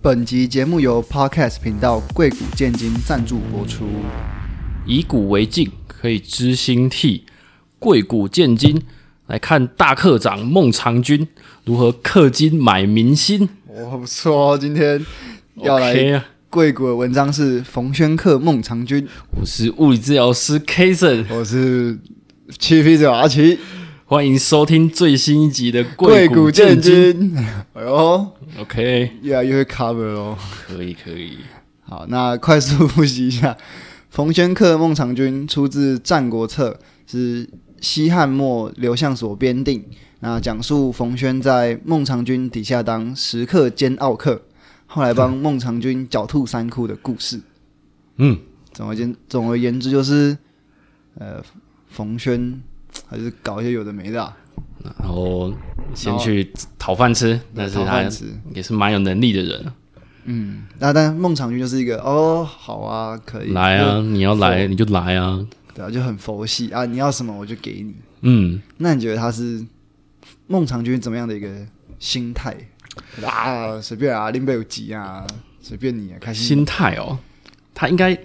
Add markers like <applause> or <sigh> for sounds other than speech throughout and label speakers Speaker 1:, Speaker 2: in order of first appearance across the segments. Speaker 1: 本集节目由 Podcast 频道“贵谷建金”赞助播出。
Speaker 2: 以古为镜，可以知兴替，贵古见今，来看大课长孟尝君如何氪金买民心。
Speaker 1: 哦，不错哦，今天要来
Speaker 2: OK 啊，
Speaker 1: 贵谷的文章是冯轩克孟尝君，
Speaker 2: 我是物理治疗师 Kason，
Speaker 1: 我是七匹者阿奇，
Speaker 2: 欢迎收听最新一集的《
Speaker 1: 谷
Speaker 2: 谷
Speaker 1: 建
Speaker 2: 见金》。
Speaker 1: 金。 <laughs> 哎呦，
Speaker 2: OK，
Speaker 1: 越来越会 cover 哦。
Speaker 2: 可以可以，
Speaker 1: 好，那快速复习一下，冯轩克孟尝君出自《战国策》，是西汉末刘向所编定。那讲述冯轩在孟尝君底下当食客兼奥客，后来帮孟尝君狡兔三窟的故事。
Speaker 2: 嗯，
Speaker 1: 总而言总而言之就是，呃，冯轩还是搞一些有的没的、啊，
Speaker 2: 然后先去讨饭吃，但是
Speaker 1: 哦讨
Speaker 2: 他
Speaker 1: 饭吃。
Speaker 2: 也是蛮有能力的人。
Speaker 1: 嗯，那但孟尝君就是一个哦，好啊，可以
Speaker 2: 来，啊，你要来你就来啊。
Speaker 1: 对啊，就很佛系啊，你要什么我就给你。
Speaker 2: 嗯，
Speaker 1: 那你觉得他是孟尝君怎么样的一个心态？啊，随便啊，林北有急啊，随便你啊，开心。
Speaker 2: 心态哦，他应该，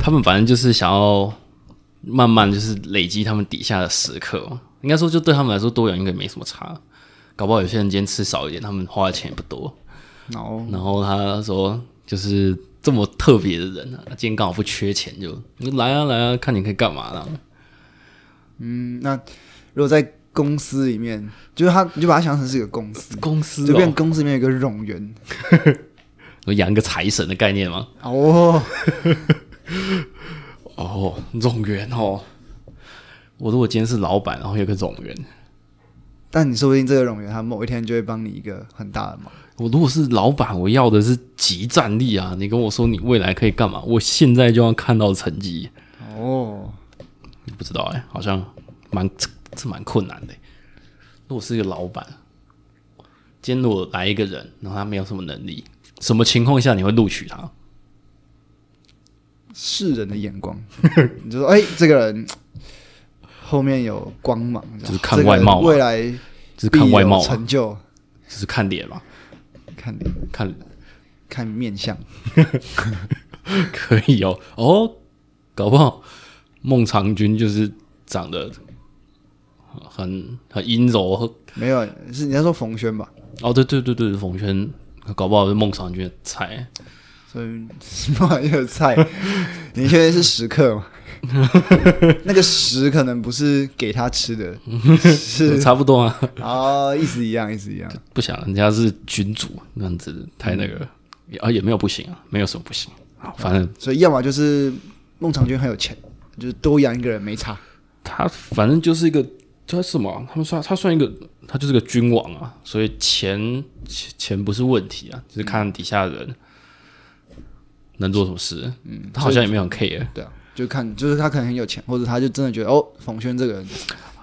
Speaker 2: 他们反正就是想要慢慢就是累积他们底下的食客哦，应该说就对他们来说多养应该没什么差，搞不好有些人今天吃少一点，他们花的钱也不多。
Speaker 1: 然后
Speaker 2: 然后他说就是这么特别的人啊，今天刚好不缺钱就，你来啊来啊，看你可以干嘛啦。
Speaker 1: 嗯，那如果在公司里面，就是他，你就把他想成是一个公司，
Speaker 2: 公司
Speaker 1: 随便
Speaker 2: 哦，
Speaker 1: 公司里面有一个冗员
Speaker 2: 有养一个财神的概念吗？
Speaker 1: 哦，
Speaker 2: 哦，冗员哦，我如果今天是老板，然后有个冗员，
Speaker 1: 但你说不定这个冗员他某一天就会帮你一个很大的忙。
Speaker 2: 我如果是老板，我要的是集战力啊！你跟我说你未来可以干嘛，我现在就要看到成绩，
Speaker 1: 哦，
Speaker 2: 不知道哎、好像蛮这这蛮困难的欸、如果是一个老板，今天如果来一个人，然后他没有什么能力，什么情况下你会录取他？
Speaker 1: 世人的眼光， <laughs> 你就说，哎、这个人后面有光芒，这样
Speaker 2: 就是看外貌嘛
Speaker 1: 这个人
Speaker 2: 啊
Speaker 1: 未来
Speaker 2: 就是看外貌啊
Speaker 1: 必有
Speaker 2: 嘛，
Speaker 1: 成就，
Speaker 2: 就是看脸嘛，
Speaker 1: 看
Speaker 2: 看 <coughs>
Speaker 1: 看面相。
Speaker 2: 可以哦哦，搞不好孟尝君就是长得很很阴柔，很
Speaker 1: 没有，是你在说冯轩吧？
Speaker 2: 哦，对对对对，冯轩搞不好是孟尝君的菜，
Speaker 1: 所以什么玩意儿菜？ <laughs> 你确定是食客吗？ <laughs> 那个食可能不是给他吃的，是 <laughs>
Speaker 2: 差不多啊。 <laughs>
Speaker 1: 啊，意思一样，意思一样。
Speaker 2: 不想人家是君主那样子，太那个了也啊也没有不行啊，没有什么不行。好，反正
Speaker 1: 所以要么就是孟尝君很有钱，就是多养一个人没差。
Speaker 2: 他反正就是一个他什么啊，他们算他算一个，他就是个君王啊，所以钱钱钱不是问题啊，就是看底下的人能做什么事。嗯，他好像也没有很 care，
Speaker 1: 对啊，就看就是他可能很有钱，或者他就真的觉得哦，冯轩这个人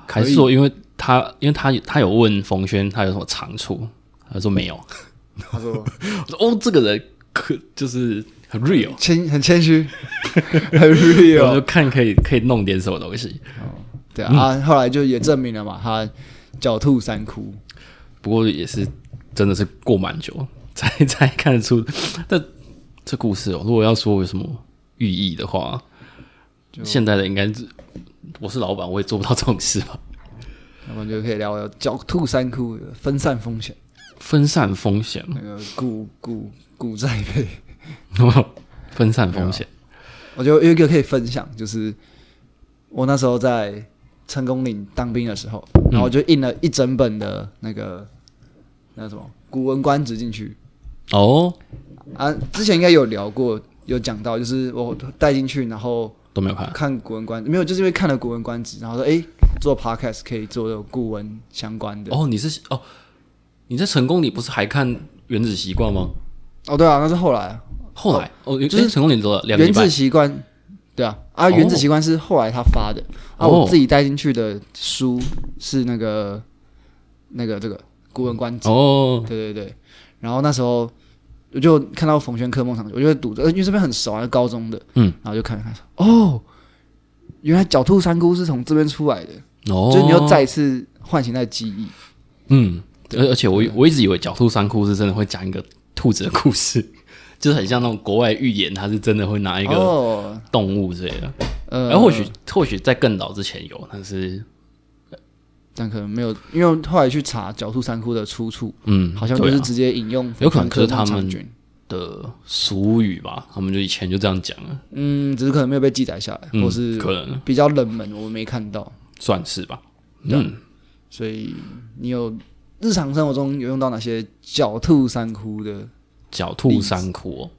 Speaker 2: 还是说因为他因为他他有问冯轩他有什么长处，他说没有，
Speaker 1: 他说 <laughs>
Speaker 2: 我说哦这个人可就是很 real。
Speaker 1: 谦很谦虚，很
Speaker 2: 我
Speaker 1: real
Speaker 2: 就。看可以可以弄点什么东西，
Speaker 1: 对啊，啊后来就也证明了嘛，他狡兔三窟。
Speaker 2: 不过也是真的是过蛮久 <laughs> 才才看得出。但这故事哦，如果要说有什么寓意的话，现在的应该是我是老板，我也做不到这种事吧。
Speaker 1: 那我们就可以聊聊狡兔三窟分散风险，
Speaker 2: 分散风险， <laughs>
Speaker 1: 那个股股股债配。
Speaker 2: 分散风险，
Speaker 1: 我觉得有一个可以分享，就是我那时候在成功岭当兵的时候，然后我就印了一整本的那个那个什么《古文观止》进去
Speaker 2: 哦
Speaker 1: 啊。之前应该有聊过，有讲到，就是我带进去，然后
Speaker 2: 都没有看。
Speaker 1: 看《古文观》，没有，就是因为看了《古文观止》，然后说，哎、做 podcast 可以做有古文相关的。
Speaker 2: 哦，你是哦你在成功里不是还看《原子习惯》吗？
Speaker 1: 哦，对啊，那是后来啊。
Speaker 2: 后来哦，
Speaker 1: 就
Speaker 2: 就是是成功里多少两个
Speaker 1: 原
Speaker 2: 礼拜
Speaker 1: 子？习惯，对啊，啊，
Speaker 2: 哦
Speaker 1: 原子习惯是后来他发的，啊，
Speaker 2: 哦
Speaker 1: 我自己带进去的书是那个那个这个《古文观止》，
Speaker 2: 哦，
Speaker 1: 对对对，然后那时候我就看到冯轩科梦场，我就读着，呃因为这边很熟啊，高中的，
Speaker 2: 嗯，
Speaker 1: 然后就看了看说，哦，原来狡兔三窟是从这边出来的，
Speaker 2: 哦，
Speaker 1: 就是你又再一次唤醒他的记忆，啊
Speaker 2: 嗯，而而且我我一直以为狡兔三窟是真的会讲一个兔子的故事， <laughs> 就是很像那种国外寓言，它是真的会拿一个
Speaker 1: 哦，
Speaker 2: 动物之类的。
Speaker 1: 呃，
Speaker 2: 而或许或许在更早之前有，但是
Speaker 1: 但可能没有，因为我后来去查狡兔三窟的出处，
Speaker 2: 嗯，
Speaker 1: 好像就
Speaker 2: 对
Speaker 1: 是
Speaker 2: 啊
Speaker 1: 直接引用
Speaker 2: 有可
Speaker 1: 冯
Speaker 2: 能就
Speaker 1: 轩克
Speaker 2: 是他
Speaker 1: 孟
Speaker 2: 们
Speaker 1: 尝君
Speaker 2: 的俗语吧，他们就以前就这样讲了，
Speaker 1: 嗯，只是可能没有被记载下来，
Speaker 2: 嗯
Speaker 1: 或是
Speaker 2: 可能
Speaker 1: 比较冷门，我没看到。啊
Speaker 2: 算是吧。嗯，
Speaker 1: 所以你有日常生活中有用到哪些狡兔三窟的？
Speaker 2: 狡兔三窟哦、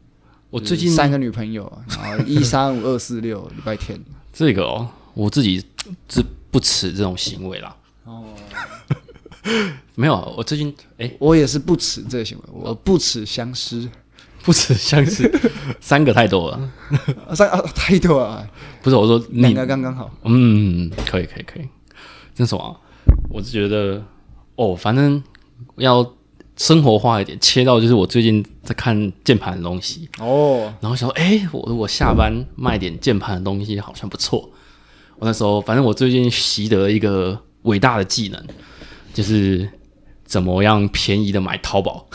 Speaker 2: 我最
Speaker 1: 就
Speaker 2: 近
Speaker 1: 是三个女朋友啊，然后一三五二四六， <laughs> 礼拜天。
Speaker 2: 这个哦，我自己是不耻这种行为啦。哦， <laughs> 没有，我最近哎、
Speaker 1: 我也是不耻这个行为，我不耻相思。
Speaker 2: 不耻
Speaker 1: <laughs>
Speaker 2: 相识，三个太多了。
Speaker 1: 啊三啊，太多了，
Speaker 2: 不是我说
Speaker 1: 两
Speaker 2: 你，
Speaker 1: 个刚刚好。
Speaker 2: 嗯，可以可以可以。那什么啊、我是觉得哦，反正要生活化一点，切到就是我最近在看键盘的东西，
Speaker 1: 哦，
Speaker 2: 然后想说，哎、我如果下班卖点键盘的东西好像不错。我那时候反正我最近习得了一个伟大的技能，就是怎么样便宜的买淘宝，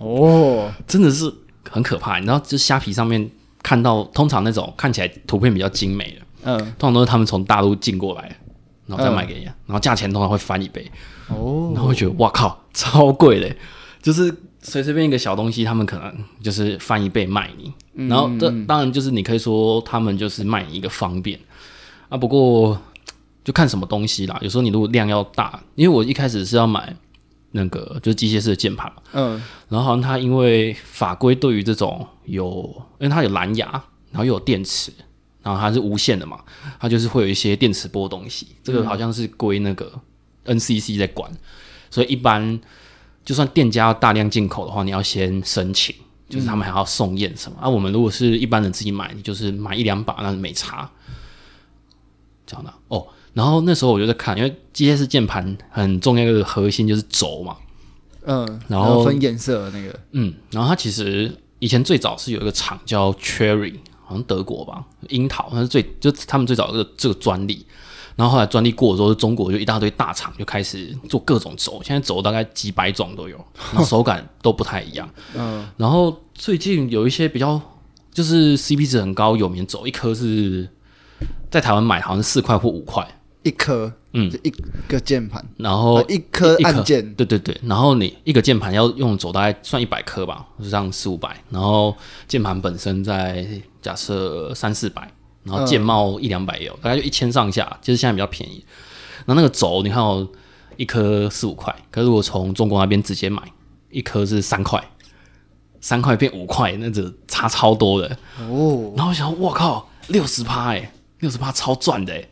Speaker 1: 哦，
Speaker 2: 真的是很可怕。你知道，就虾皮上面看到，通常那种看起来图片比较精美的，
Speaker 1: 嗯，
Speaker 2: 通常都是他们从大陆进过来，然后再卖给人家，然后价钱通常会翻一倍，
Speaker 1: 哦，
Speaker 2: 然后会觉得哇靠，超贵嘞！就是随随便一个小东西，他们可能就是翻一倍卖你，然后这当然就是你可以说他们就是卖你一个方便啊，不过就看什么东西啦。有时候你如果量要大，因为我一开始是要买那个就是机械式的键盘嘛，
Speaker 1: 嗯，
Speaker 2: 然后好像它因为法规对于这种有，因为它有蓝牙，然后又有电池，然后它是无线的嘛，它就是会有一些电磁波东西，这个好像是归那个 NCC 在管，所以一般就算店家要大量进口的话，你要先申请，就是他们还要送验什么。啊，我们如果是一般人自己买，你就是买一两把，那没差。这样的哦，然后那时候我就在看，因为机械式键盘很重要的核心就是轴嘛，
Speaker 1: 嗯，
Speaker 2: 然后
Speaker 1: 分颜色的那个，
Speaker 2: 嗯，然后它其实以前最早是有一个厂叫 Cherry，好像德国吧，樱桃，那是最就是他们最早的这个这个专利。然后后来专利过了之后，中国就一大堆大厂就开始做各种轴，现在轴大概几百种都有，
Speaker 1: <laughs>
Speaker 2: 然后手感都不太一样。
Speaker 1: 嗯，
Speaker 2: 然后最近有一些比较就是 CP 值很高有名轴，一颗是在台湾买好像是四块或五块，
Speaker 1: 一颗，
Speaker 2: 嗯
Speaker 1: 就一个键盘，
Speaker 2: 然后
Speaker 1: 啊一颗
Speaker 2: 一
Speaker 1: 按键，
Speaker 2: 对对对，然后你一个键盘要用走大概算一百颗吧，就这样四五百，然后键盘本身在假设三四百，然后键帽一两百也
Speaker 1: 嗯
Speaker 2: 有，大概就一千上下，就是现在比较便宜。然后那个轴你看哦，一颗四五块，可是如果从中国那边直接买，一颗是三块，三块变五块，那只差超多的。
Speaker 1: 哦，
Speaker 2: 然后我想说，我靠，六十趴哎，六十趴超赚的哎。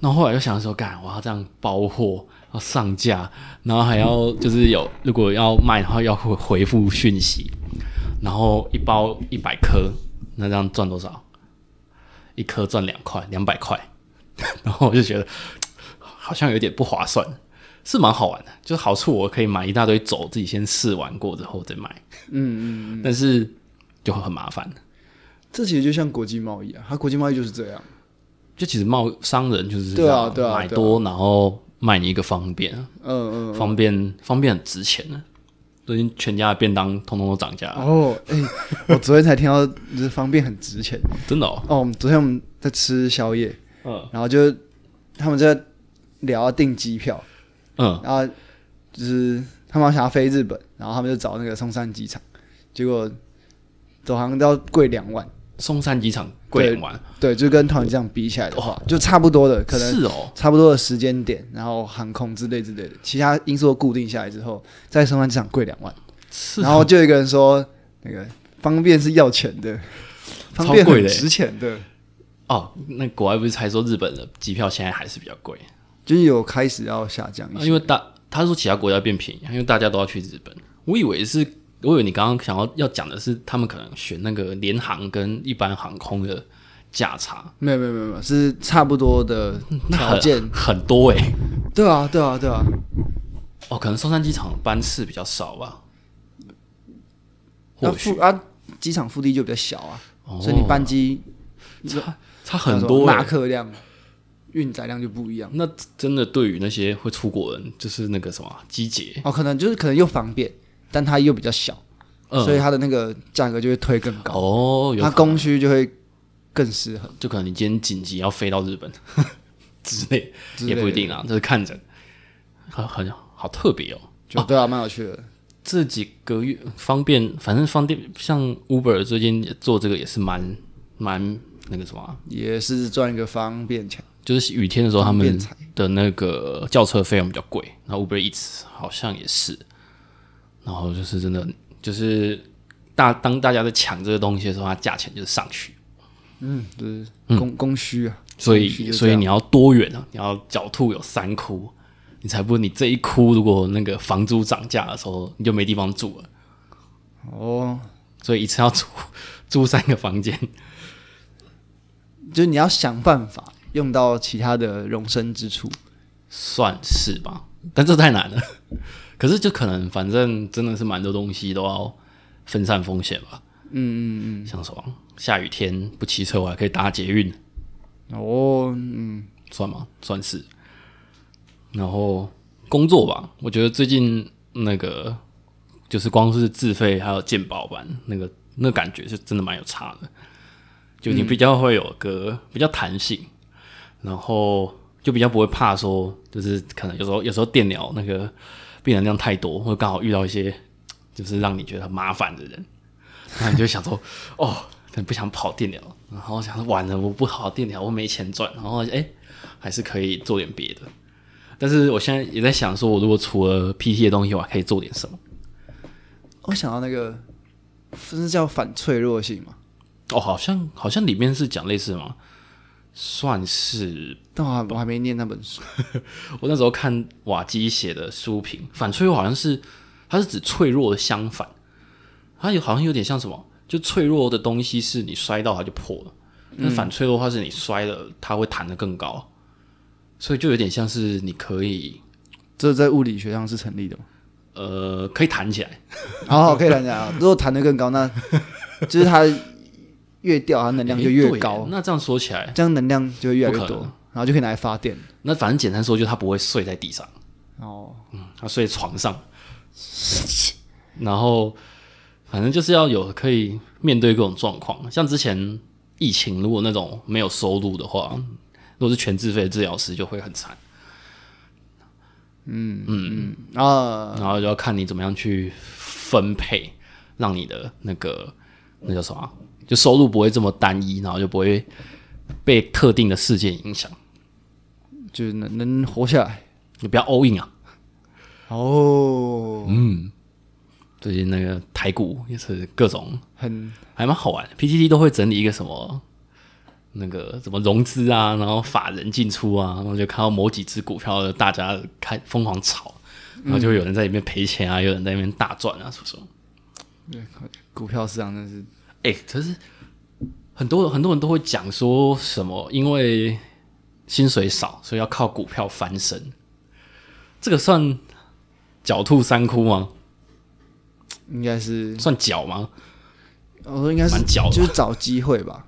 Speaker 2: 然后后来就想说，干，我要这样包货，要上架，然后还要就是有如果要卖的话，要回回复讯息，然后一包一百颗，那这样赚多少？一颗赚两块，两百块。 <laughs> 然后我就觉得好像有点不划算，是蛮好玩的，就是好处我可以买一大堆走，自己先试玩过之后再买，
Speaker 1: 嗯嗯，
Speaker 2: 但是就会很麻烦。
Speaker 1: 这其实就像国际贸易啊，它国际贸易就是这样，
Speaker 2: 就其实贸商人就是
Speaker 1: 对啊
Speaker 2: 这样
Speaker 1: 对啊
Speaker 2: 买多然后卖你一个方便，
Speaker 1: 嗯嗯，
Speaker 2: 方便方便很值钱的。最近全家的便当通通都涨价了，
Speaker 1: 哦，
Speaker 2: <laughs>
Speaker 1: 哎，我昨天才听到，就是方便很值钱
Speaker 2: 真的哦。
Speaker 1: 哦。我们昨天我们在吃宵夜，
Speaker 2: 嗯
Speaker 1: 然后就他们就在聊要订机票，
Speaker 2: 嗯，
Speaker 1: 然后就是他们想要飞日本，然后他们就找那个松山机场，结果走航要贵两万，
Speaker 2: 松山机场贵
Speaker 1: 对
Speaker 2: 很晚，
Speaker 1: 对，就跟桃园机场比起来的话，就差不多的，可能
Speaker 2: 是哦，
Speaker 1: 差不多的时间点，然后航空之类之类的，其他因素固定下来之后，在松山机场贵两万，
Speaker 2: 是啊
Speaker 1: 然后就有一个人说那个方便是要钱
Speaker 2: <laughs>
Speaker 1: 的，
Speaker 2: 超
Speaker 1: 方便
Speaker 2: 贵
Speaker 1: 很
Speaker 2: 的欸
Speaker 1: 值钱的，
Speaker 2: 哦。那国外不是才说日本的机票现在还是比较贵，
Speaker 1: 就是有开始要下降一
Speaker 2: 啊
Speaker 1: 些，
Speaker 2: 因为大他说其他国家变便宜，啊因为大家都要去日本。我以为是，我以为你刚刚想要要讲的是他们可能选那个联航跟一般航空的价差，
Speaker 1: 没有没有没有没有，是差不多的
Speaker 2: 那
Speaker 1: 条
Speaker 2: 很
Speaker 1: 件，
Speaker 2: 很多哎、
Speaker 1: 对啊对啊对啊，
Speaker 2: 哦，可能松山机场班次比较少吧，
Speaker 1: 那
Speaker 2: 或许
Speaker 1: 腹啊机场腹地就比较小啊，
Speaker 2: 哦
Speaker 1: 所以你班机
Speaker 2: 差很多、
Speaker 1: 纳
Speaker 2: 欸。
Speaker 1: 客量、运载量就不一样，
Speaker 2: 那真的对于那些会出国人，就是那个什么机姐
Speaker 1: 哦，可能就是可能又方便，但它又比较小，
Speaker 2: 嗯
Speaker 1: 所以它的那个价格就会推更高，
Speaker 2: 哦，有
Speaker 1: 它
Speaker 2: 可能
Speaker 1: 供需就会更失衡。
Speaker 2: 就可能你今天紧急要飞到日本之类，
Speaker 1: 之类
Speaker 2: 也
Speaker 1: 的
Speaker 2: 不一定啊，就是看着，很很好特别哦。
Speaker 1: 就对啊，蛮有趣的。
Speaker 2: 这几个月方便，反正方便，像 Uber 最近也做这个也是蛮蛮那个什么啊、
Speaker 1: 也是赚一个方便钱，
Speaker 2: 就是雨天的时候他
Speaker 1: 方
Speaker 2: 们
Speaker 1: 便财
Speaker 2: 的那个轿车费用比较贵，然后 Uber Eats 好像也是，然后就是真的就是大当大家在抢这个东西的时候，它价钱就是上去，
Speaker 1: 嗯，就是供、供需啊，
Speaker 2: 所
Speaker 1: 供需
Speaker 2: 以
Speaker 1: 就这样
Speaker 2: 所以你要多远啊？你要狡兔有三窟，你才不你这一窟如果那个房租涨价的时候，你就没地方住了，
Speaker 1: 哦，
Speaker 2: 所以一次要租 <laughs> 租三个房间。
Speaker 1: 就是你要想办法用到其他的容身之处，
Speaker 2: 算是吧，但这太难了。 <laughs> 可是就可能，反正真的是蛮多东西都要分散风险吧。嗯嗯嗯，像什么下雨天不骑车，我还可以搭捷运，
Speaker 1: 哦，嗯，
Speaker 2: 算吗？算是。然后工作吧，我觉得最近那个就是光是自费还有健保版，那个那感觉是真的蛮有差的。就你比较会有个比较弹性，然后就比较不会怕说，就是可能有时候有时候电疗那个病人量太多，或者刚好遇到一些就是让你觉得很麻烦的人，那你就想说，哦，很不想跑电疗，然后想说完了，我不跑电疗，我没钱赚，然后哎、还是可以做点别的。但是我现在也在想，说我如果除了 PT 的东西，我还可以做点什么？
Speaker 1: 我想到那个，这是叫反脆弱性嘛？
Speaker 2: 哦，好像好像里面是讲类似的吗？算是
Speaker 1: 但我还我还没念那本书，
Speaker 2: 我那时候看瓦基写的书评，反脆弱好像是它是指脆弱的相反，它有好像有点像什么，就脆弱的东西是你摔到它就破了，那反脆弱的话是你摔了它会弹得更高，所以就有点像是你可以
Speaker 1: 这在物理学上是成立的嘛？
Speaker 2: 呃可以弹起来，
Speaker 1: 好，可以来讲啊，如果弹得更高，
Speaker 2: <laughs>
Speaker 1: 那就是它越掉，它能量就
Speaker 2: 诶
Speaker 1: 越
Speaker 2: 对耶
Speaker 1: 高，
Speaker 2: 那这样说起来，
Speaker 1: 这样能量就会越来越
Speaker 2: 哎不可
Speaker 1: 多
Speaker 2: 能，
Speaker 1: 然后就可以拿来发电。
Speaker 2: 那反正简单说就是它不会碎在地上。嗯
Speaker 1: 哦，
Speaker 2: 他睡床上， <laughs> 然后反正就是要有可以面对各种状况。像之前疫情，如果那种没有收入的话，如果是全自费的治疗师，就会很惨。
Speaker 1: 嗯啊，
Speaker 2: 然后就要看你怎么样去分配，让你的那个那叫什么啊、就收入不会这么单一，然后就不会被特定的事件影响。
Speaker 1: 就是能能活下来。
Speaker 2: 你不要 all in 啊！
Speaker 1: 哦，
Speaker 2: 最近那个台股也是各种
Speaker 1: 很
Speaker 2: 还蛮好玩的。PTT 都会整理一个什么那个什么融资啊，然后法人进出啊，然后就看到某几只股票的大家开疯狂炒，然后就有人在里面赔钱啊，有人在里面大赚啊，什么什么。
Speaker 1: 股票市场真是
Speaker 2: 哎、可是很多很多人都会讲说什么，因为薪水少，所以要靠股票翻身。这个算狡兔三窟吗？
Speaker 1: 应该是，
Speaker 2: 算狡吗？
Speaker 1: 我说应该是
Speaker 2: 蛮狡的
Speaker 1: 就是找机会吧。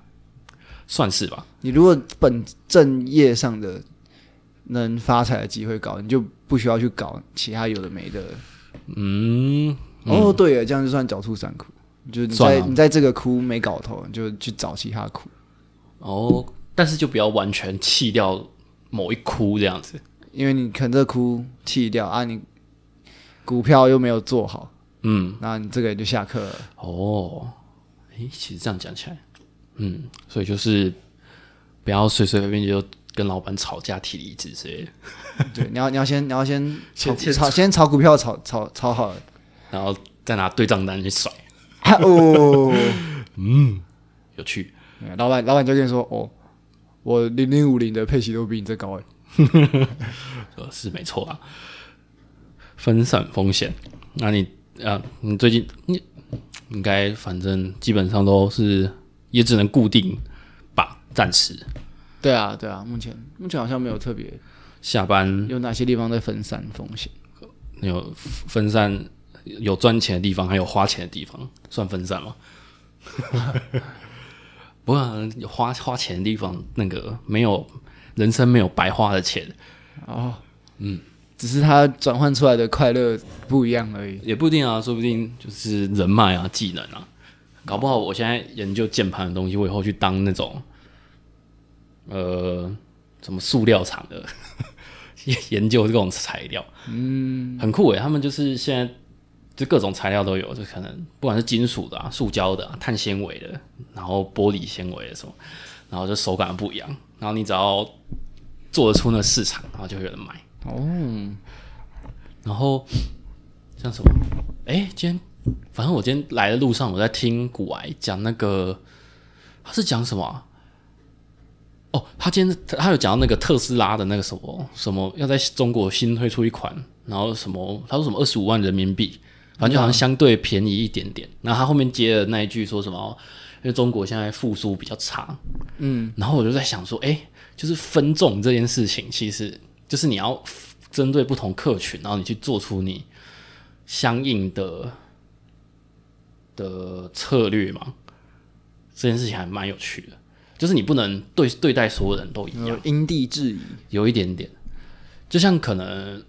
Speaker 2: 算是吧。
Speaker 1: 你如果本正业上的能发财的机会高，你就不需要去搞其他有的没的。
Speaker 2: 嗯，
Speaker 1: 哦，对了，这样就算狡兔三窟，就是你在
Speaker 2: 算啊
Speaker 1: 你在这个窟没搞头，你就去找其他窟。
Speaker 2: 哦，但是就不要完全弃掉某一窟这样子。
Speaker 1: 因为你可能这窟弃掉啊，你股票又没有做好，
Speaker 2: 嗯，
Speaker 1: 那你这个就下课了。
Speaker 2: 哦，诶，其实这样讲起来，嗯，所以就是不要随随便便就跟老板吵架提离职之类的，
Speaker 1: 对，你要你要先你要先炒
Speaker 2: <laughs> 先先
Speaker 1: 炒先炒股票炒炒炒好了。
Speaker 2: 然后再拿对账单去甩，
Speaker 1: 啊
Speaker 2: <laughs>
Speaker 1: 哦，
Speaker 2: 有趣。
Speaker 1: 老板老板就跟你说哦，我零零五零的配息都比你这高哎。
Speaker 2: 呃，是没错啊，分散风险。那你啊，你最近你应该反正基本上都是也只能固定吧，暂时
Speaker 1: 对啊对啊，目前目前好像没有特别
Speaker 2: 下班
Speaker 1: 有哪些地方在分散风险。
Speaker 2: 有分散，有赚钱的地方，还有花钱的地方，算分散吗？ <laughs> 不过啊有花花钱的地方，那个没有人生没有白花的钱，
Speaker 1: 哦，嗯，只是他转换出来的快乐不一样而已。
Speaker 2: 也不一定啊，说不定就是人脉啊、技能啊，搞不好我现在研究键盘的东西，我以后去当那种，呃，什么塑料厂的， <laughs> 研究这种材料，嗯，很酷诶。他们就是现在就各种材料都有，就可能不管是金属的啊、塑胶的、啊、碳纤维的，然后玻璃纤维的什么，然后就手感不一样，然后你只要做得出那市场，然后就会有人买。
Speaker 1: 哦，
Speaker 2: 然后像什么？哎，今天反正我今天来的路上，我在听古癌讲那个，他是讲什么啊、哦，他今天他有讲到那个特斯拉的那个什么什么，要在中国新推出一款，然后什么，他说什么二十五万人民币，反正就好像相对便宜一点点。然后他后面接了那一句说什么哦，因为中国现在复苏比较差，
Speaker 1: 嗯，
Speaker 2: 然后我就在想说，哎、就是分众这件事情，其实就是你要针对不同客群，然后你去做出你相应的的策略嘛。这件事情还蛮有趣的，就是你不能对对待所有人都一样，
Speaker 1: 有因地制宜。
Speaker 2: 有一点点，就像可能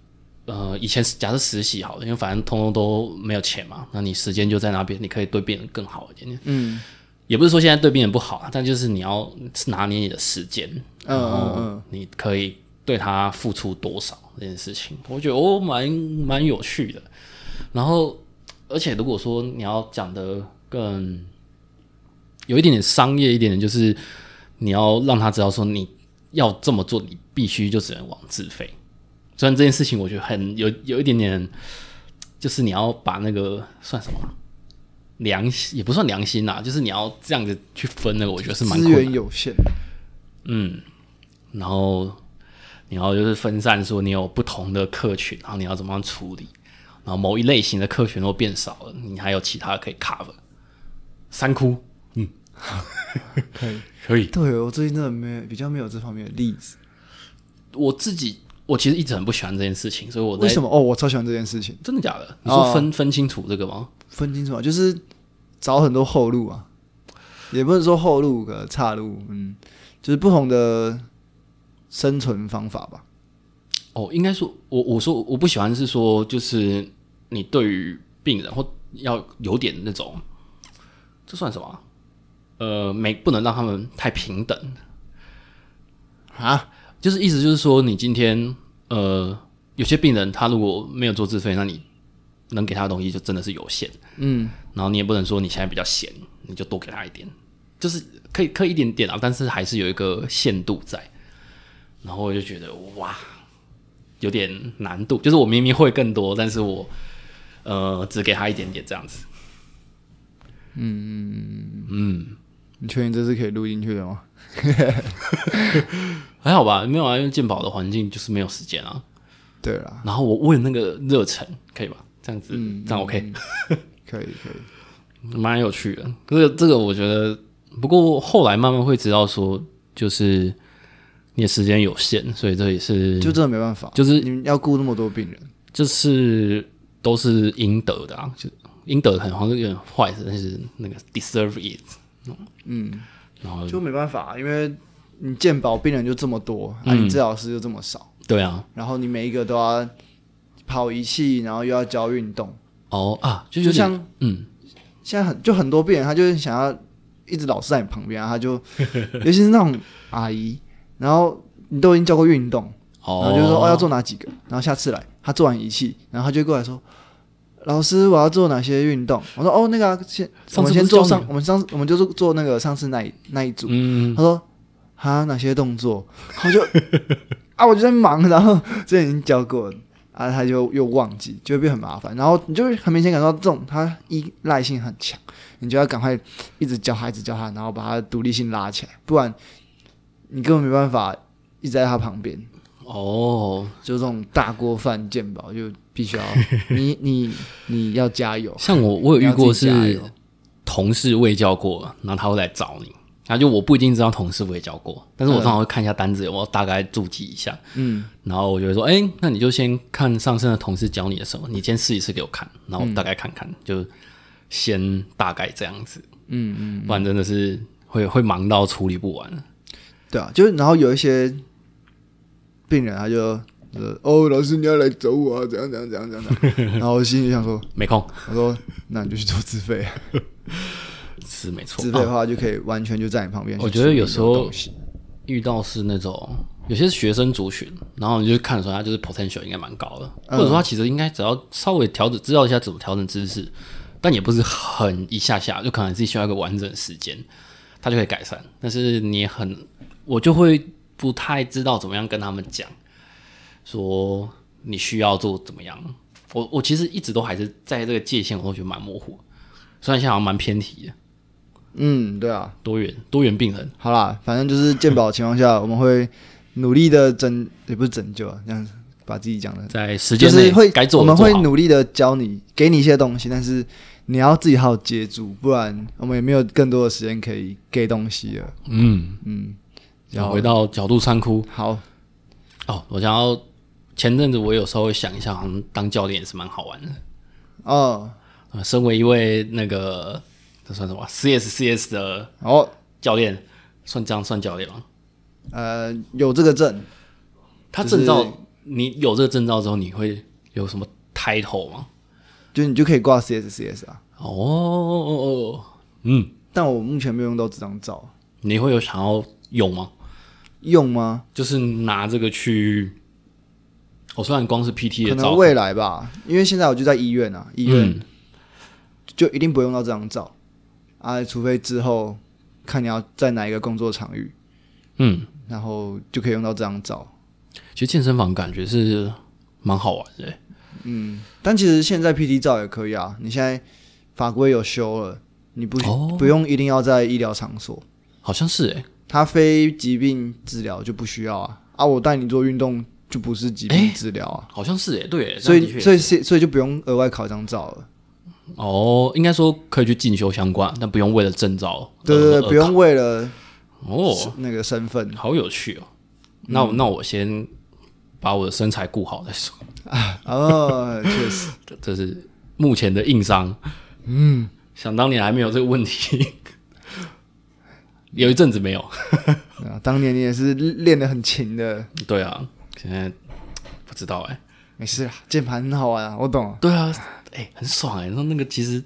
Speaker 2: 呃，以前假设实习好了，因为反正通通都没有钱嘛，那你时间就在那边，你可以对别人更好一点点。
Speaker 1: 嗯
Speaker 2: 也不是说现在对病人不好啊，但就是你要拿捏你的时间，
Speaker 1: 嗯
Speaker 2: 然
Speaker 1: 嗯
Speaker 2: 后
Speaker 1: 嗯，
Speaker 2: 你可以对他付出多少这件事情，我觉得哦，蛮蛮有趣的。然后，而且如果说你要讲的更有一点点商业一点点，就是你要让他知道说你要这么做，你必须就只能往自费。虽然这件事情我觉得很有有一点点，就是你要把那个算什么啊良心也不算良心啦，就是你要这样子去分那个，我觉得是蛮
Speaker 1: 资
Speaker 2: 困难的
Speaker 1: 源有限，
Speaker 2: 嗯，然后你要就是分散说你有不同的客群，然后你要怎么样处理，然后某一类型的客群都变少了，你还有其他可以 cover。三窟
Speaker 1: 嗯可以。
Speaker 2: 可以，
Speaker 1: 对我最近真的没有比较没有这方面的例子。
Speaker 2: 我自己我其实一直很不喜欢这件事情，所以我在
Speaker 1: 为什么？哦，哦我超喜欢这件事情，
Speaker 2: 真的假的？你说分、分清楚这个吗？
Speaker 1: 分清楚啊，就是找很多后路啊，也不是说后路和岔路，嗯，就是不同的生存方法吧。
Speaker 2: 哦，应该说，我我说我不喜欢是说，就是你对于病人或要有点那种，这算什么啊？呃，没不能让他们太平等，
Speaker 1: 啊，
Speaker 2: 就是意思就是说，你今天呃，有些病人他如果没有做自费，那你能给他的东西就真的是有限。
Speaker 1: 嗯，
Speaker 2: 然后你也不能说你现在比较闲，你就多给他一点，就是可以可以一点点啊，但是还是有一个限度在。然后我就觉得哇，有点难度，就是我明明会更多，但是我呃只给他一点点这样子。嗯嗯嗯，
Speaker 1: 你确定这是可以录进去的吗？
Speaker 2: 还好吧，没有啊，因为健保的环境就是没有时间啊。
Speaker 1: 对啦，
Speaker 2: 然后我问那个热忱，可以吧？这样子，这样 OK，
Speaker 1: 可以可以，
Speaker 2: 蛮、有趣的。这个这个我觉得，不过后来慢慢会知道说，就是你的时间有限，所以这也是
Speaker 1: 就真的没办法，
Speaker 2: 嗯就是
Speaker 1: 你们要顾那么多病人，
Speaker 2: 就是都是应得的啊，就应得的很好像有点坏，但是那个 deserve it，
Speaker 1: 嗯，
Speaker 2: 然后
Speaker 1: 就没办法，啊因为你健保病人就这么多，啊，
Speaker 2: 嗯
Speaker 1: 你治疗师就这么少，
Speaker 2: 对啊，
Speaker 1: 然后你每一个都要跑仪器，然后又要教运动，
Speaker 2: 哦啊，就
Speaker 1: 就
Speaker 2: 有点
Speaker 1: 像
Speaker 2: 嗯，
Speaker 1: 现在很就很多病人，他就是想要一直老是在你旁边啊，他就尤其是那种阿姨，然后你都已经教过运动，然
Speaker 2: 哦，
Speaker 1: 后就说哦要做哪几个，然后下次来他做完仪器，然后他就过来说。老师，我要做哪些运动？我说哦，那个、啊、先我
Speaker 2: 上
Speaker 1: 们
Speaker 2: 次
Speaker 1: 先
Speaker 2: 不是
Speaker 1: 做
Speaker 2: 教
Speaker 1: 上
Speaker 2: 你，
Speaker 1: 我们上我们就是做那个上次那一那一组。
Speaker 2: 嗯，
Speaker 1: 他说哈哪些动作？我就啊我就在忙，然后之前已经教过了啊，他就又忘记，就会变很麻烦。然后你就会很明显感到这种他依赖性很强，你就要赶快一直教他，一直教他，然后把他的独立性拉起来，不然你根本没办法一直在他旁边。
Speaker 2: 哦，
Speaker 1: 就这种大锅饭鉴宝，就必
Speaker 2: <laughs>
Speaker 1: 须要你你你要加油。
Speaker 2: 像我我有
Speaker 1: 你
Speaker 2: 遇
Speaker 1: 要自己
Speaker 2: 过
Speaker 1: 加
Speaker 2: 是
Speaker 1: 油
Speaker 2: 同事未教过，然后他会来找你。然后就我不一定知道同事未教过，但是我
Speaker 1: 嗯
Speaker 2: 通常会看一下单子有没有大概注记一下，
Speaker 1: 嗯，
Speaker 2: 然后我就会说，哎、那你就先看上升的同事教你的什么，你先试一试给我看，然后我大概看看，就先大概这样子，
Speaker 1: 嗯
Speaker 2: 嗯，不然真的是会会忙到处理不完。
Speaker 1: 对啊，就是然后有一些病人他就就是哦，老师你要来找我啊，怎样怎样怎样怎样怎
Speaker 2: <laughs>
Speaker 1: 样。然后我心里想说，
Speaker 2: 没空
Speaker 1: 我说那你就去做自费
Speaker 2: <laughs>
Speaker 1: 啊，
Speaker 2: 是没错。
Speaker 1: 自费的话就可以完全就在你旁边去处
Speaker 2: 我
Speaker 1: 理
Speaker 2: 觉
Speaker 1: 这种东西。
Speaker 2: 得有时候遇到是那种有些是学生族群，然后你就看得出来他就是 potential 应该蛮高的，
Speaker 1: 嗯
Speaker 2: 或者说他其实应该只要稍微调整，知道一下怎么调整姿势，但也不是很一下下，就可能自己需要一个完整的时间，他就可以改善。但是你也很，我就会不太知道怎么样跟他们讲，说你需要做怎么样。我我其实一直都还是在这个界限，我都觉得蛮模糊的，虽然现在好像蛮偏题的，
Speaker 1: 嗯，对啊，
Speaker 2: 多元多元病人。
Speaker 1: 好啦，反正就是健保的情况下，我们会努力的拯，也不是拯救啊，这样把自己讲的，
Speaker 2: 在时
Speaker 1: 就
Speaker 2: 间
Speaker 1: 是
Speaker 2: 内
Speaker 1: 会
Speaker 2: 该做
Speaker 1: 我
Speaker 2: 的
Speaker 1: 们
Speaker 2: 做
Speaker 1: 会
Speaker 2: 好。
Speaker 1: 努力的教你，给你一些东西，但是你要自己好好接住，不然我们也没有更多的时间可以给东西了。
Speaker 2: 嗯，
Speaker 1: 嗯，然
Speaker 2: 要
Speaker 1: 后
Speaker 2: 回到角度三窟
Speaker 1: 好，
Speaker 2: 哦，我想要前阵子我有稍微想一下，好像当教练也是蛮好玩的。
Speaker 1: 哦，
Speaker 2: 呃身为一位那个这算什么 CSCS 的
Speaker 1: 哦，
Speaker 2: 教练，算这样算教练吗？
Speaker 1: 呃，有这个证，
Speaker 2: 他
Speaker 1: 就是
Speaker 2: 证照，你有这个证照之后，你会有什么 title 吗？
Speaker 1: 就是你就可以挂 CSCS 啊，
Speaker 2: 哦哦哦，嗯，
Speaker 1: 但我目前没有用到这张照，
Speaker 2: 你会有想要用吗？
Speaker 1: 用吗？
Speaker 2: 就是拿这个去，我、虽然光是 PT
Speaker 1: 可
Speaker 2: 的
Speaker 1: 能
Speaker 2: 照，
Speaker 1: 未来吧，因为现在我就在医院啊，医院、
Speaker 2: 嗯
Speaker 1: 就一定不用到这张照啊，除非之后看你要在哪一个工作场域，
Speaker 2: 嗯，
Speaker 1: 然后就可以用到这张照。
Speaker 2: 其实健身房感觉是蛮好玩的欸、
Speaker 1: 但其实现在 PT 照也可以啊，你现在法规有修了，你不、
Speaker 2: 哦
Speaker 1: 不用一定要在医疗场所，
Speaker 2: 好像是哎、
Speaker 1: 它非疾病治疗就不需要啊啊，我带你做运动就不是疾病治疗啊，
Speaker 2: 好像是哎、对欸、
Speaker 1: 所
Speaker 2: 这样
Speaker 1: 以
Speaker 2: 的确
Speaker 1: 所以是所以就不用额外考一张照了。
Speaker 2: 哦，应该说可以去进修相关，但不用为了证照而，
Speaker 1: 对对
Speaker 2: 而
Speaker 1: 对，不用为了
Speaker 2: 哦，
Speaker 1: 那个身份
Speaker 2: 好有趣哦。那
Speaker 1: 嗯
Speaker 2: 我、那我先把我的身材顾好再说，
Speaker 1: 哦，确实，
Speaker 2: 这这是目前的硬伤。嗯，想当年还没有这个问题， <laughs> 有一阵子没有。
Speaker 1: 啊当年你也是练得很勤的，
Speaker 2: 对啊，现在不知道哎、
Speaker 1: 没事啦，键盘很好玩啊，我懂啊。
Speaker 2: 对啊，哎、很爽哎、那那个其实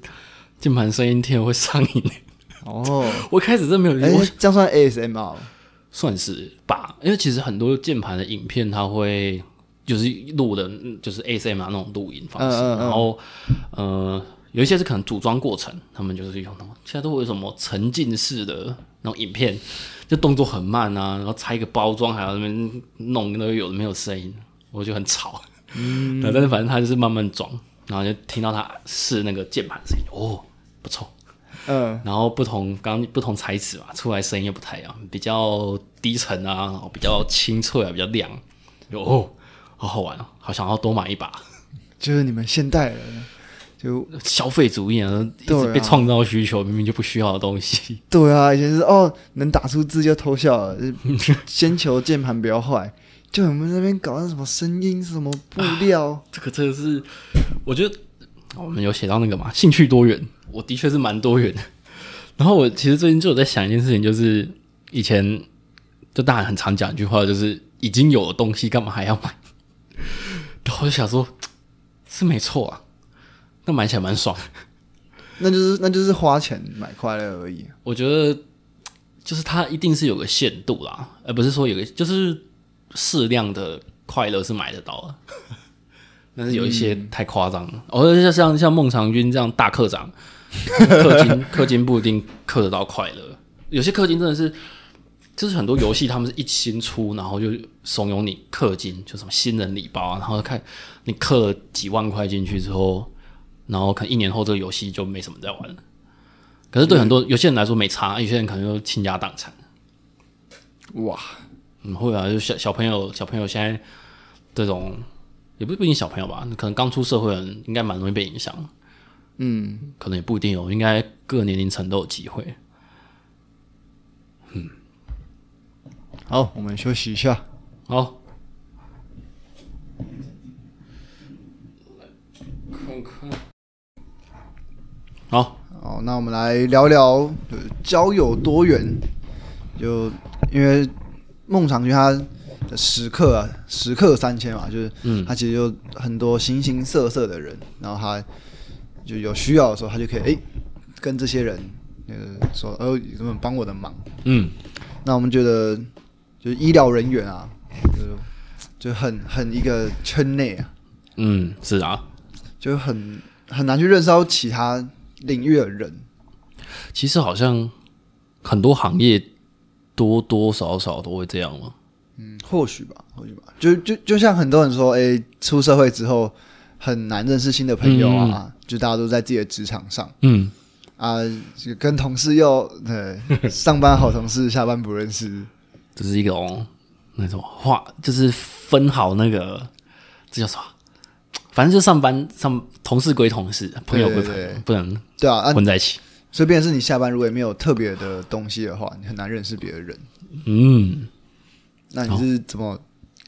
Speaker 2: 键盘声音听了会上瘾、欸。
Speaker 1: 哦，
Speaker 2: <laughs> 我一开始真没有理
Speaker 1: 哎、
Speaker 2: 我
Speaker 1: 这样算 ASMR
Speaker 2: 算是吧，因为其实很多键盘的影片，它会就是录的，嗯就是 ASM 啊那种录音方式，
Speaker 1: 嗯嗯嗯
Speaker 2: 然后呃，有一些是可能组装过程，他们就是用那种现在都会有什么沉浸式的那种影片，就动作很慢啊，然后拆一个包装，还要那边弄那个有的没有声音，我就很吵。嗯，但是反正他就是慢慢装，然后就听到他试那个键盘的声音，哦，不错。
Speaker 1: 嗯，
Speaker 2: 然后不同刚刚不同材质嘛，出来声音又不太一样，比较低沉啊，然后比较清脆啊，比较亮。有哦，好好玩哦，好想要多买一把。
Speaker 1: 就是你们现代人，就
Speaker 2: 消费主义啊，一
Speaker 1: 对
Speaker 2: 直
Speaker 1: 啊
Speaker 2: 被创造需求，明明就不需要的东西。
Speaker 1: 对啊，以前是哦，能打出字就偷笑了， <laughs> 就是先求键盘不要坏，就你们那边搞那什么声音、什么布料，
Speaker 2: 这个真的是，我觉得哦我们有写到那个嘛，兴趣多元，我的确是蛮多元的。 <laughs> 然后我其实最近就有在想一件事情，就是以前就大家很常讲一句话，就是已经有的东西干嘛还要买？ <laughs> 然后我就想说，是没错啊，那买起来蛮爽的。
Speaker 1: 那就是那就是花钱买快乐而已。
Speaker 2: 我觉得就是它一定是有个限度啦，而不是说有个就是适量的快乐是买得到的， <laughs> 但是有一些太夸张了。我、哦、像像像孟尝君这样大课长， <laughs> 氪金氪金不一定氪得到快乐，有些氪金真的是。就是很多游戏，他们是一新出，然后就怂恿你氪金，就什么新人礼包啊，然后看你氪了几万块进去之后，然后可能一年后这个游戏就没什么在玩了。可是对很多有些人来说没差，有些人可能就倾家荡产。
Speaker 1: 哇，
Speaker 2: 嗯，会啊，就小小朋友，小朋友现在这种也不不一定小朋友吧，可能刚出社会的人应该蛮容易被影响，
Speaker 1: 嗯，
Speaker 2: 可能也不一定哦，应该各年龄层都有机会。
Speaker 1: 好，我们休息一下。
Speaker 2: 好，看看，好，
Speaker 1: 好，那我们来聊聊呃交友多元。就因为孟尝君他食客啊，食客三千嘛，就是他其实有很多形形色色的人，然后他就有需要的时候，他就可以哎、诶跟这些人呃说，哦，你能不能帮我的忙？
Speaker 2: 嗯，
Speaker 1: 那我们觉得就是医疗人员啊，就就很很一个圈内啊，
Speaker 2: 嗯，是啊。
Speaker 1: 就很很难去认识到其他领域的人。
Speaker 2: 其实好像很多行业多多少少都会这样嘛。
Speaker 1: 嗯，或许吧，或许吧。就就就像很多人说，哎、出社会之后很难认识新的朋友啊，就大家都在自己的职场上
Speaker 2: 嗯，
Speaker 1: 啊，就跟同事又呃上班好同事，下班不认识。
Speaker 2: 这是一种那种话，就是分好那个，这叫什么？反正就上班上同事归同事，朋友归朋
Speaker 1: 对
Speaker 2: 友
Speaker 1: 对，
Speaker 2: 不能
Speaker 1: 对啊，啊，
Speaker 2: 混在一起。
Speaker 1: 所以便是你下班如果也没有特别的东西的话，你很难认识别的人。
Speaker 2: 嗯，
Speaker 1: 那你是怎么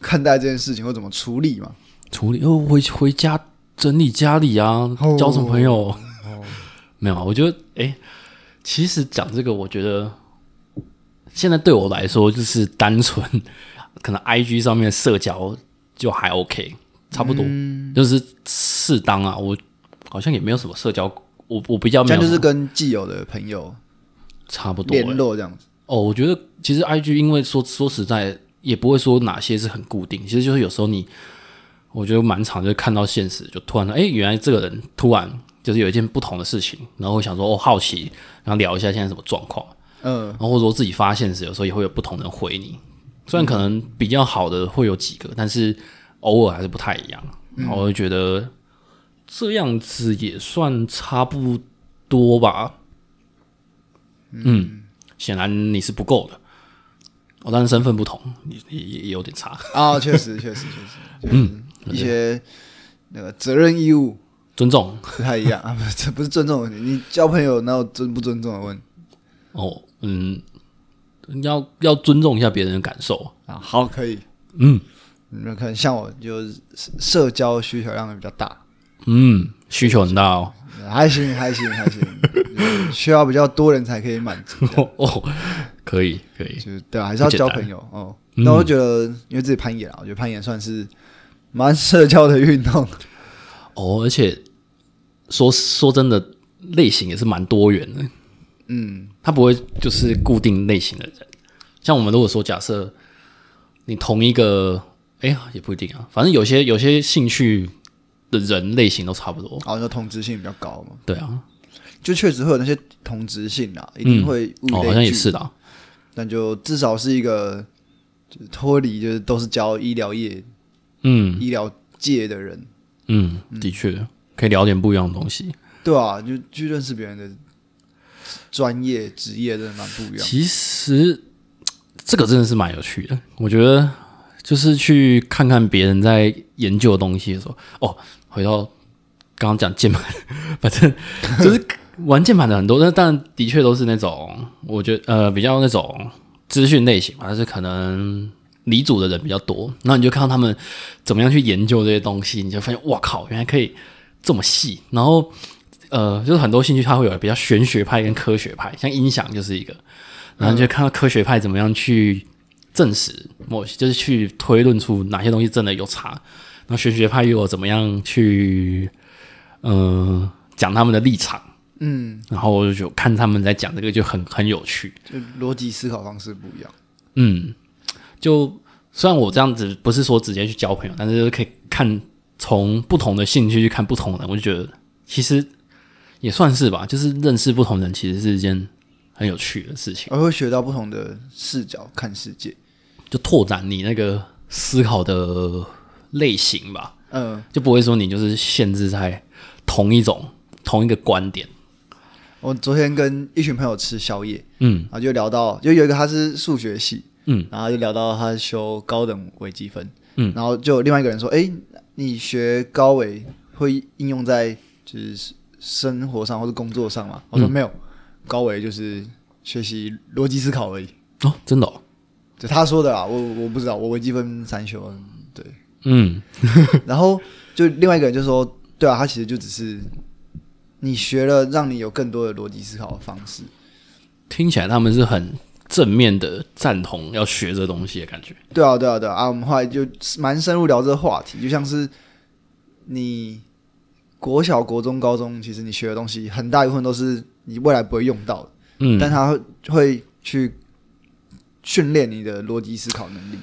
Speaker 1: 看待这件事情，或怎么处理嘛？
Speaker 2: 处理哦，回回家整理家里啊
Speaker 1: 哦，
Speaker 2: 交什么朋友？ <laughs> 没有啊，我觉得哎、诶其实讲这个，我觉得现在对我来说就是单纯， <laughs> 可能 I G 上面社交就还 OK，差不多，
Speaker 1: 嗯
Speaker 2: 就是适当啊。我好像也没有什么社交，我我比较
Speaker 1: 这
Speaker 2: 没有
Speaker 1: 样就是跟既有的朋友
Speaker 2: 差不多、
Speaker 1: 联
Speaker 2: 欸、
Speaker 1: 络这样子。
Speaker 2: 哦。我觉得其实 I G 因为说说实在，也不会说哪些是很固定，其实就是有时候你。我觉得蛮常就看到现实，就突然哎、诶原来这个人突然就是有一件不同的事情，然后会想说哦好奇，然后聊一下现在什么状况，
Speaker 1: 嗯，
Speaker 2: 然后或者说自己发现时，有时候也会有不同人回你。虽然可能比较好的会有几个，但是偶尔还是不太一样。然后我就觉得这样子也算差不多吧。嗯，显然你是不够的。哦，但是身份不同，也也也有点差。
Speaker 1: 啊，确实，确实，确实，嗯，一些那个责任义务
Speaker 2: 尊重
Speaker 1: 不太一样啊，不是，这不是尊重的问题，你交朋友哪有尊不尊重的问题
Speaker 2: 哦，嗯，要要尊重一下别人的感受。
Speaker 1: 啊？好，可以，
Speaker 2: 嗯
Speaker 1: 那可能像我就是社交需求量比较大，
Speaker 2: 嗯，需求很大哦。
Speaker 1: 还行，还行，还行， <laughs> 就是需要比较多人才可以满足，
Speaker 2: 哦哦，可以可以。
Speaker 1: 就是对啊，还是要交朋友哦。那我觉得，因为自己攀岩啊，我觉得攀岩算是蛮社交的运
Speaker 2: <laughs>
Speaker 1: 动，
Speaker 2: 哦，而且说说真的，类型也是蛮多元的，
Speaker 1: 嗯，
Speaker 2: 它不会就是固定类型的人。像我们如果说假设你同一个，哎、呀也不一定啊，反正有些有些兴趣的人类型都差不多。
Speaker 1: 然后就同质性比较高嘛，
Speaker 2: 对啊，
Speaker 1: 就确实会有那些同质性啊，一定会物以
Speaker 2: 哦，
Speaker 1: 类
Speaker 2: 好像也
Speaker 1: 聚
Speaker 2: 是啦。
Speaker 1: 那就至少是一个就是脱离，就是都是教医疗业、
Speaker 2: 嗯
Speaker 1: 医疗界的人，
Speaker 2: 嗯，的确可以聊点不一样的东西。
Speaker 1: 对啊，就去认识别人的专业、职业，真的蛮不一样。
Speaker 2: 其实这个真的是蛮有趣的，我觉得就是去看看别人在研究的东西的时候，哦，回到刚刚讲键盘，反正就是哦玩键盘的很多，但但的确都是那种我觉得呃比较那种资讯类型嘛，但是可能。离组的人比较多，然后你就看到他们怎么样去研究这些东西，你就发现哇靠，原来可以这么细。然后呃，就是很多兴趣它会有比较玄学派跟科学派，像音响就是一个，然后你就看到科学派怎么样去证实某些，就是去推论出哪些东西真的有差，然后玄学派又有怎么样去，嗯，讲他们的立场，
Speaker 1: 嗯，
Speaker 2: 然后嗯我就看他们在讲这个就很很有趣，
Speaker 1: 就逻辑思考方式不一样。
Speaker 2: 嗯，就虽然我这样子不是说直接去交朋友，但是就是可以看从不同的兴趣去看不同的人，我就觉得其实也算是吧，就是认识不同人其实是一件很有趣的事情，
Speaker 1: 而会学到不同的视角看世界。
Speaker 2: 就拓展你那个思考的类型吧，
Speaker 1: 嗯，
Speaker 2: 就不会说你就是限制在同一种同一个观点。
Speaker 1: 我昨天跟一群朋友吃宵夜，
Speaker 2: 嗯
Speaker 1: 然后就聊到，就有一个他是数学系，
Speaker 2: 嗯，
Speaker 1: 然后就聊到他修高等微积分，
Speaker 2: 嗯
Speaker 1: 然后就有另外一个人说，哎，你学高维会应用在就是生活上或者工作上吗？
Speaker 2: 嗯
Speaker 1: 我说没有，高维就是学习逻辑思考而已，
Speaker 2: 哦，真的、哦，
Speaker 1: 就他说的啦，我我不知道，我微积分三修， <laughs> 嗯对，
Speaker 2: 嗯
Speaker 1: 然后就另外一个人就说，对啊，他其实就只是你学了，让你有更多的逻辑思考的方式，
Speaker 2: 听起来他们是很正面的赞同要学这东西的感觉。
Speaker 1: 对啊，对啊，对啊，啊我们后来就蛮深入聊这个话题，就像是你国小、国中、高中，其实你学的东西很大一部分都是你未来不会用到的，
Speaker 2: 嗯，
Speaker 1: 但它会去训练你的逻辑思考能力。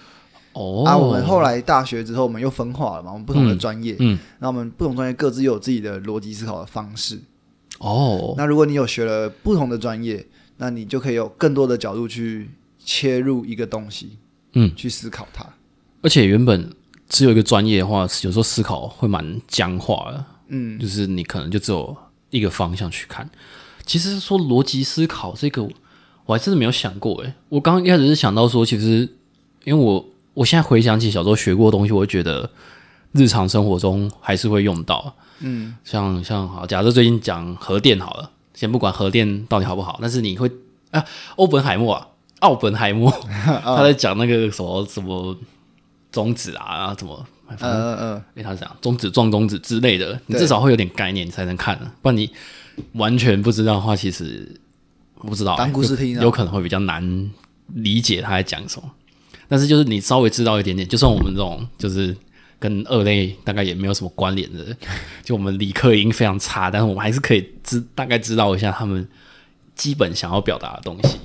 Speaker 2: 哦，
Speaker 1: 啊，我们后来大学之后，我们又分化了嘛，我们不同的
Speaker 2: 嗯
Speaker 1: 专业，
Speaker 2: 嗯，
Speaker 1: 那我们不同专业各自又有自己的逻辑思考的方式。
Speaker 2: 哦，
Speaker 1: 那如果你有学了不同的专业，那你就可以有更多的角度去切入一个东西，
Speaker 2: 嗯，
Speaker 1: 去思考它。
Speaker 2: 而且原本只有一个专业的话，有时候思考会蛮僵化的，
Speaker 1: 嗯，
Speaker 2: 就是你可能就只有一个方向去看。其实说逻辑思考这个，我还真的没有想过诶。我刚刚一开始是想到说，其实因为我我现在回想起小时候学过的东西，我会觉得日常生活中还是会用到。嗯，像像好，假设最近讲核电好了，先不管核电到底好不好，但是你会啊，欧本海默啊，奥本海默他在讲那个什么什么宗旨啊，然后怎么
Speaker 1: 嗯嗯嗯，
Speaker 2: 诶，他是这样，中指撞中指之类的，你
Speaker 1: 对
Speaker 2: 至少会有点概念，你才能看、啊。不然你完全不知道的话，其实我不知道、
Speaker 1: 当故事听啊
Speaker 2: 有有可能会比较难理解他在讲什么。但是就是你稍微知道一点点，就算我们这种就是跟二类大概也没有什么关联的，就我们理科已经非常差，但是我们还是可以知大概知道一下他们基本想要表达的东西。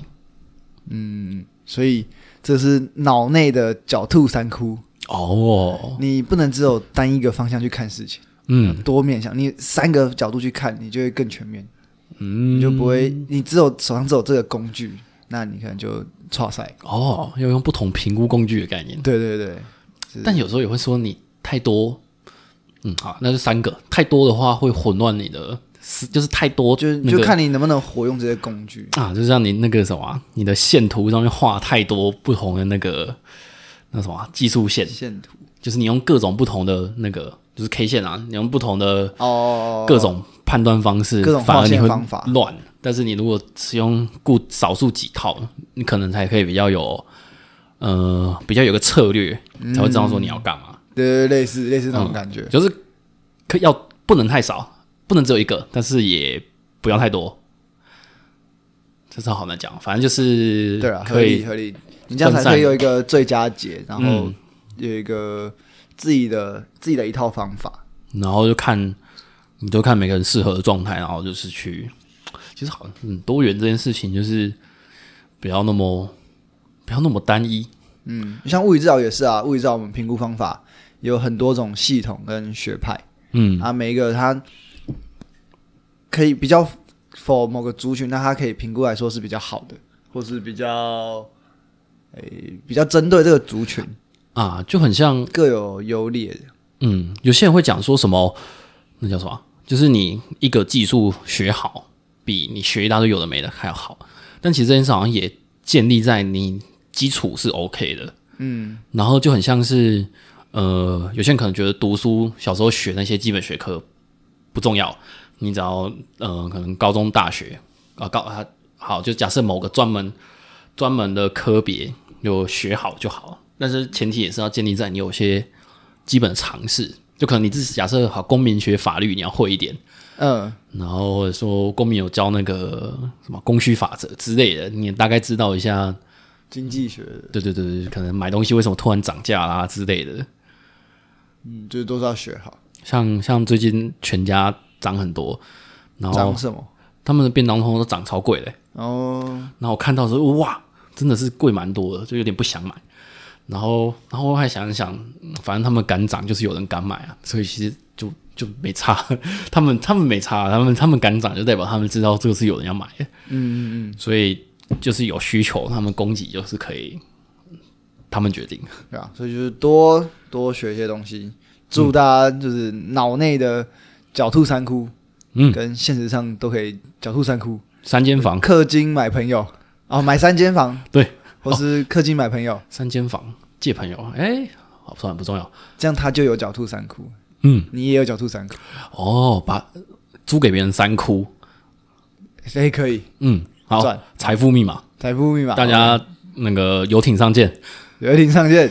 Speaker 1: 所以这是脑内的狡兔三窟，
Speaker 2: 哦，
Speaker 1: 你不能只有单一个方向去看事情，
Speaker 2: 嗯
Speaker 1: 多面向，你三个角度去看，你就会更全面，
Speaker 2: 嗯，
Speaker 1: 你就不会，你只有手上只有这个工具，那你可能就错赛。
Speaker 2: 哦，要用不同评估工具的概念。
Speaker 1: 对对对，是
Speaker 2: 但有时候也会说你太多，嗯，好，那就三个，太多的话会混乱你的思，就是太多、
Speaker 1: 就
Speaker 2: 那个
Speaker 1: 就看你能不能活用这些工具。
Speaker 2: 啊，就是让你那个什么啊、你的线图上面画太多不同的那个那什么啊、技术线，
Speaker 1: 线图
Speaker 2: 就是你用各种不同的那个，就是 K 线啊，你用不同的
Speaker 1: 哦，
Speaker 2: 各种判断方式，
Speaker 1: 各种
Speaker 2: 反
Speaker 1: 划
Speaker 2: 而你
Speaker 1: 线
Speaker 2: 会
Speaker 1: 方法
Speaker 2: 乱。但是你如果使用固少数几套，你可能才可以比较有，呃，比较有个策略，才会知道说你
Speaker 1: 嗯
Speaker 2: 要干嘛。
Speaker 1: 对对，对类似类似那种感觉。
Speaker 2: 嗯就是可要不能太少，不能只有一个，但是也不要太多。这是好难讲，反正就是
Speaker 1: 对啊，合
Speaker 2: 可
Speaker 1: 理
Speaker 2: 以
Speaker 1: 合理，你这样才
Speaker 2: 分散
Speaker 1: 可以有一个最佳解，然后
Speaker 2: 嗯
Speaker 1: 有一个自己的自己的一套方法。
Speaker 2: 然后就看你就看每个人适合的状态，然后就是去，其实好像嗯多元这件事情就是不要那么不要那么单一，
Speaker 1: 嗯，像物理治疗也是啊，物理治疗我们评估方法有很多种系统跟学派
Speaker 2: 嗯
Speaker 1: 啊，每一个它可以比较 for 某个族群，那它可以评估来说是比较好的，或是比较诶、比较针对这个族群
Speaker 2: 啊，就很像
Speaker 1: 各有优劣的。
Speaker 2: 嗯，有些人会讲说什么，那叫什么？就是你一个技术学好，比你学一大堆有的没的还要好。但其实这件事好像也建立在你基础是 OK 的，嗯，然后就很像是，呃，有些人可能觉得读书小时候学那些基本学科不重要，你只要呃，可能高中、大学啊，高啊，好，就假设某个专门专门的科别有学好就好，但是前提也是要建立在你有些基本的常识，就可能你自己假设好公民学法律你要会一点，
Speaker 1: 嗯，
Speaker 2: 然后或者说公民有教那个什么供需法则之类的，你也大概知道一下，
Speaker 1: 经济学的，
Speaker 2: 对对对，对可能买东西为什么突然涨价啦之类的，
Speaker 1: 嗯，就是都是要学好。
Speaker 2: 像像最近全家涨很多，然后
Speaker 1: 长什么？
Speaker 2: 他们的便当通通都涨超贵嘞、
Speaker 1: 然后
Speaker 2: 然后我看到的时候，哇，真的是贵蛮多的，就有点不想买。然后，然后我还想一想，嗯反正他们敢涨，就是有人敢买啊，所以其实就就没差。他们他们没差，他们他们敢涨，就代表他们知道这个是有人要买的。嗯嗯嗯。所以就是有需求，他们供给就是可嗯以，他们决定。
Speaker 1: 对啊，所以就是多多学一些东西。祝大家就是脑内的狡兔三窟，
Speaker 2: 嗯，
Speaker 1: 跟现实上都可以狡兔三窟。
Speaker 2: 三间房，
Speaker 1: 氪金买朋友哦，买三间房，
Speaker 2: <laughs> 对，
Speaker 1: 或是氪金买朋友，
Speaker 2: 三间房借朋友，哎，好，算了，不重要。
Speaker 1: 这样他就有狡兔三窟，
Speaker 2: 嗯，
Speaker 1: 你也有狡兔三窟，
Speaker 2: 哦，把租给别人三窟，
Speaker 1: 所哎以可以
Speaker 2: 嗯，好
Speaker 1: 赚，
Speaker 2: 财富密码，
Speaker 1: 财富密码。
Speaker 2: 大家那个游艇上见。
Speaker 1: 有请上线，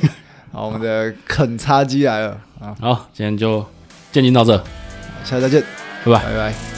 Speaker 1: 好，我们的啃叉机来了啊，
Speaker 2: 好，今天就渐进到这，
Speaker 1: 下次再见，
Speaker 2: 拜拜。
Speaker 1: 拜拜。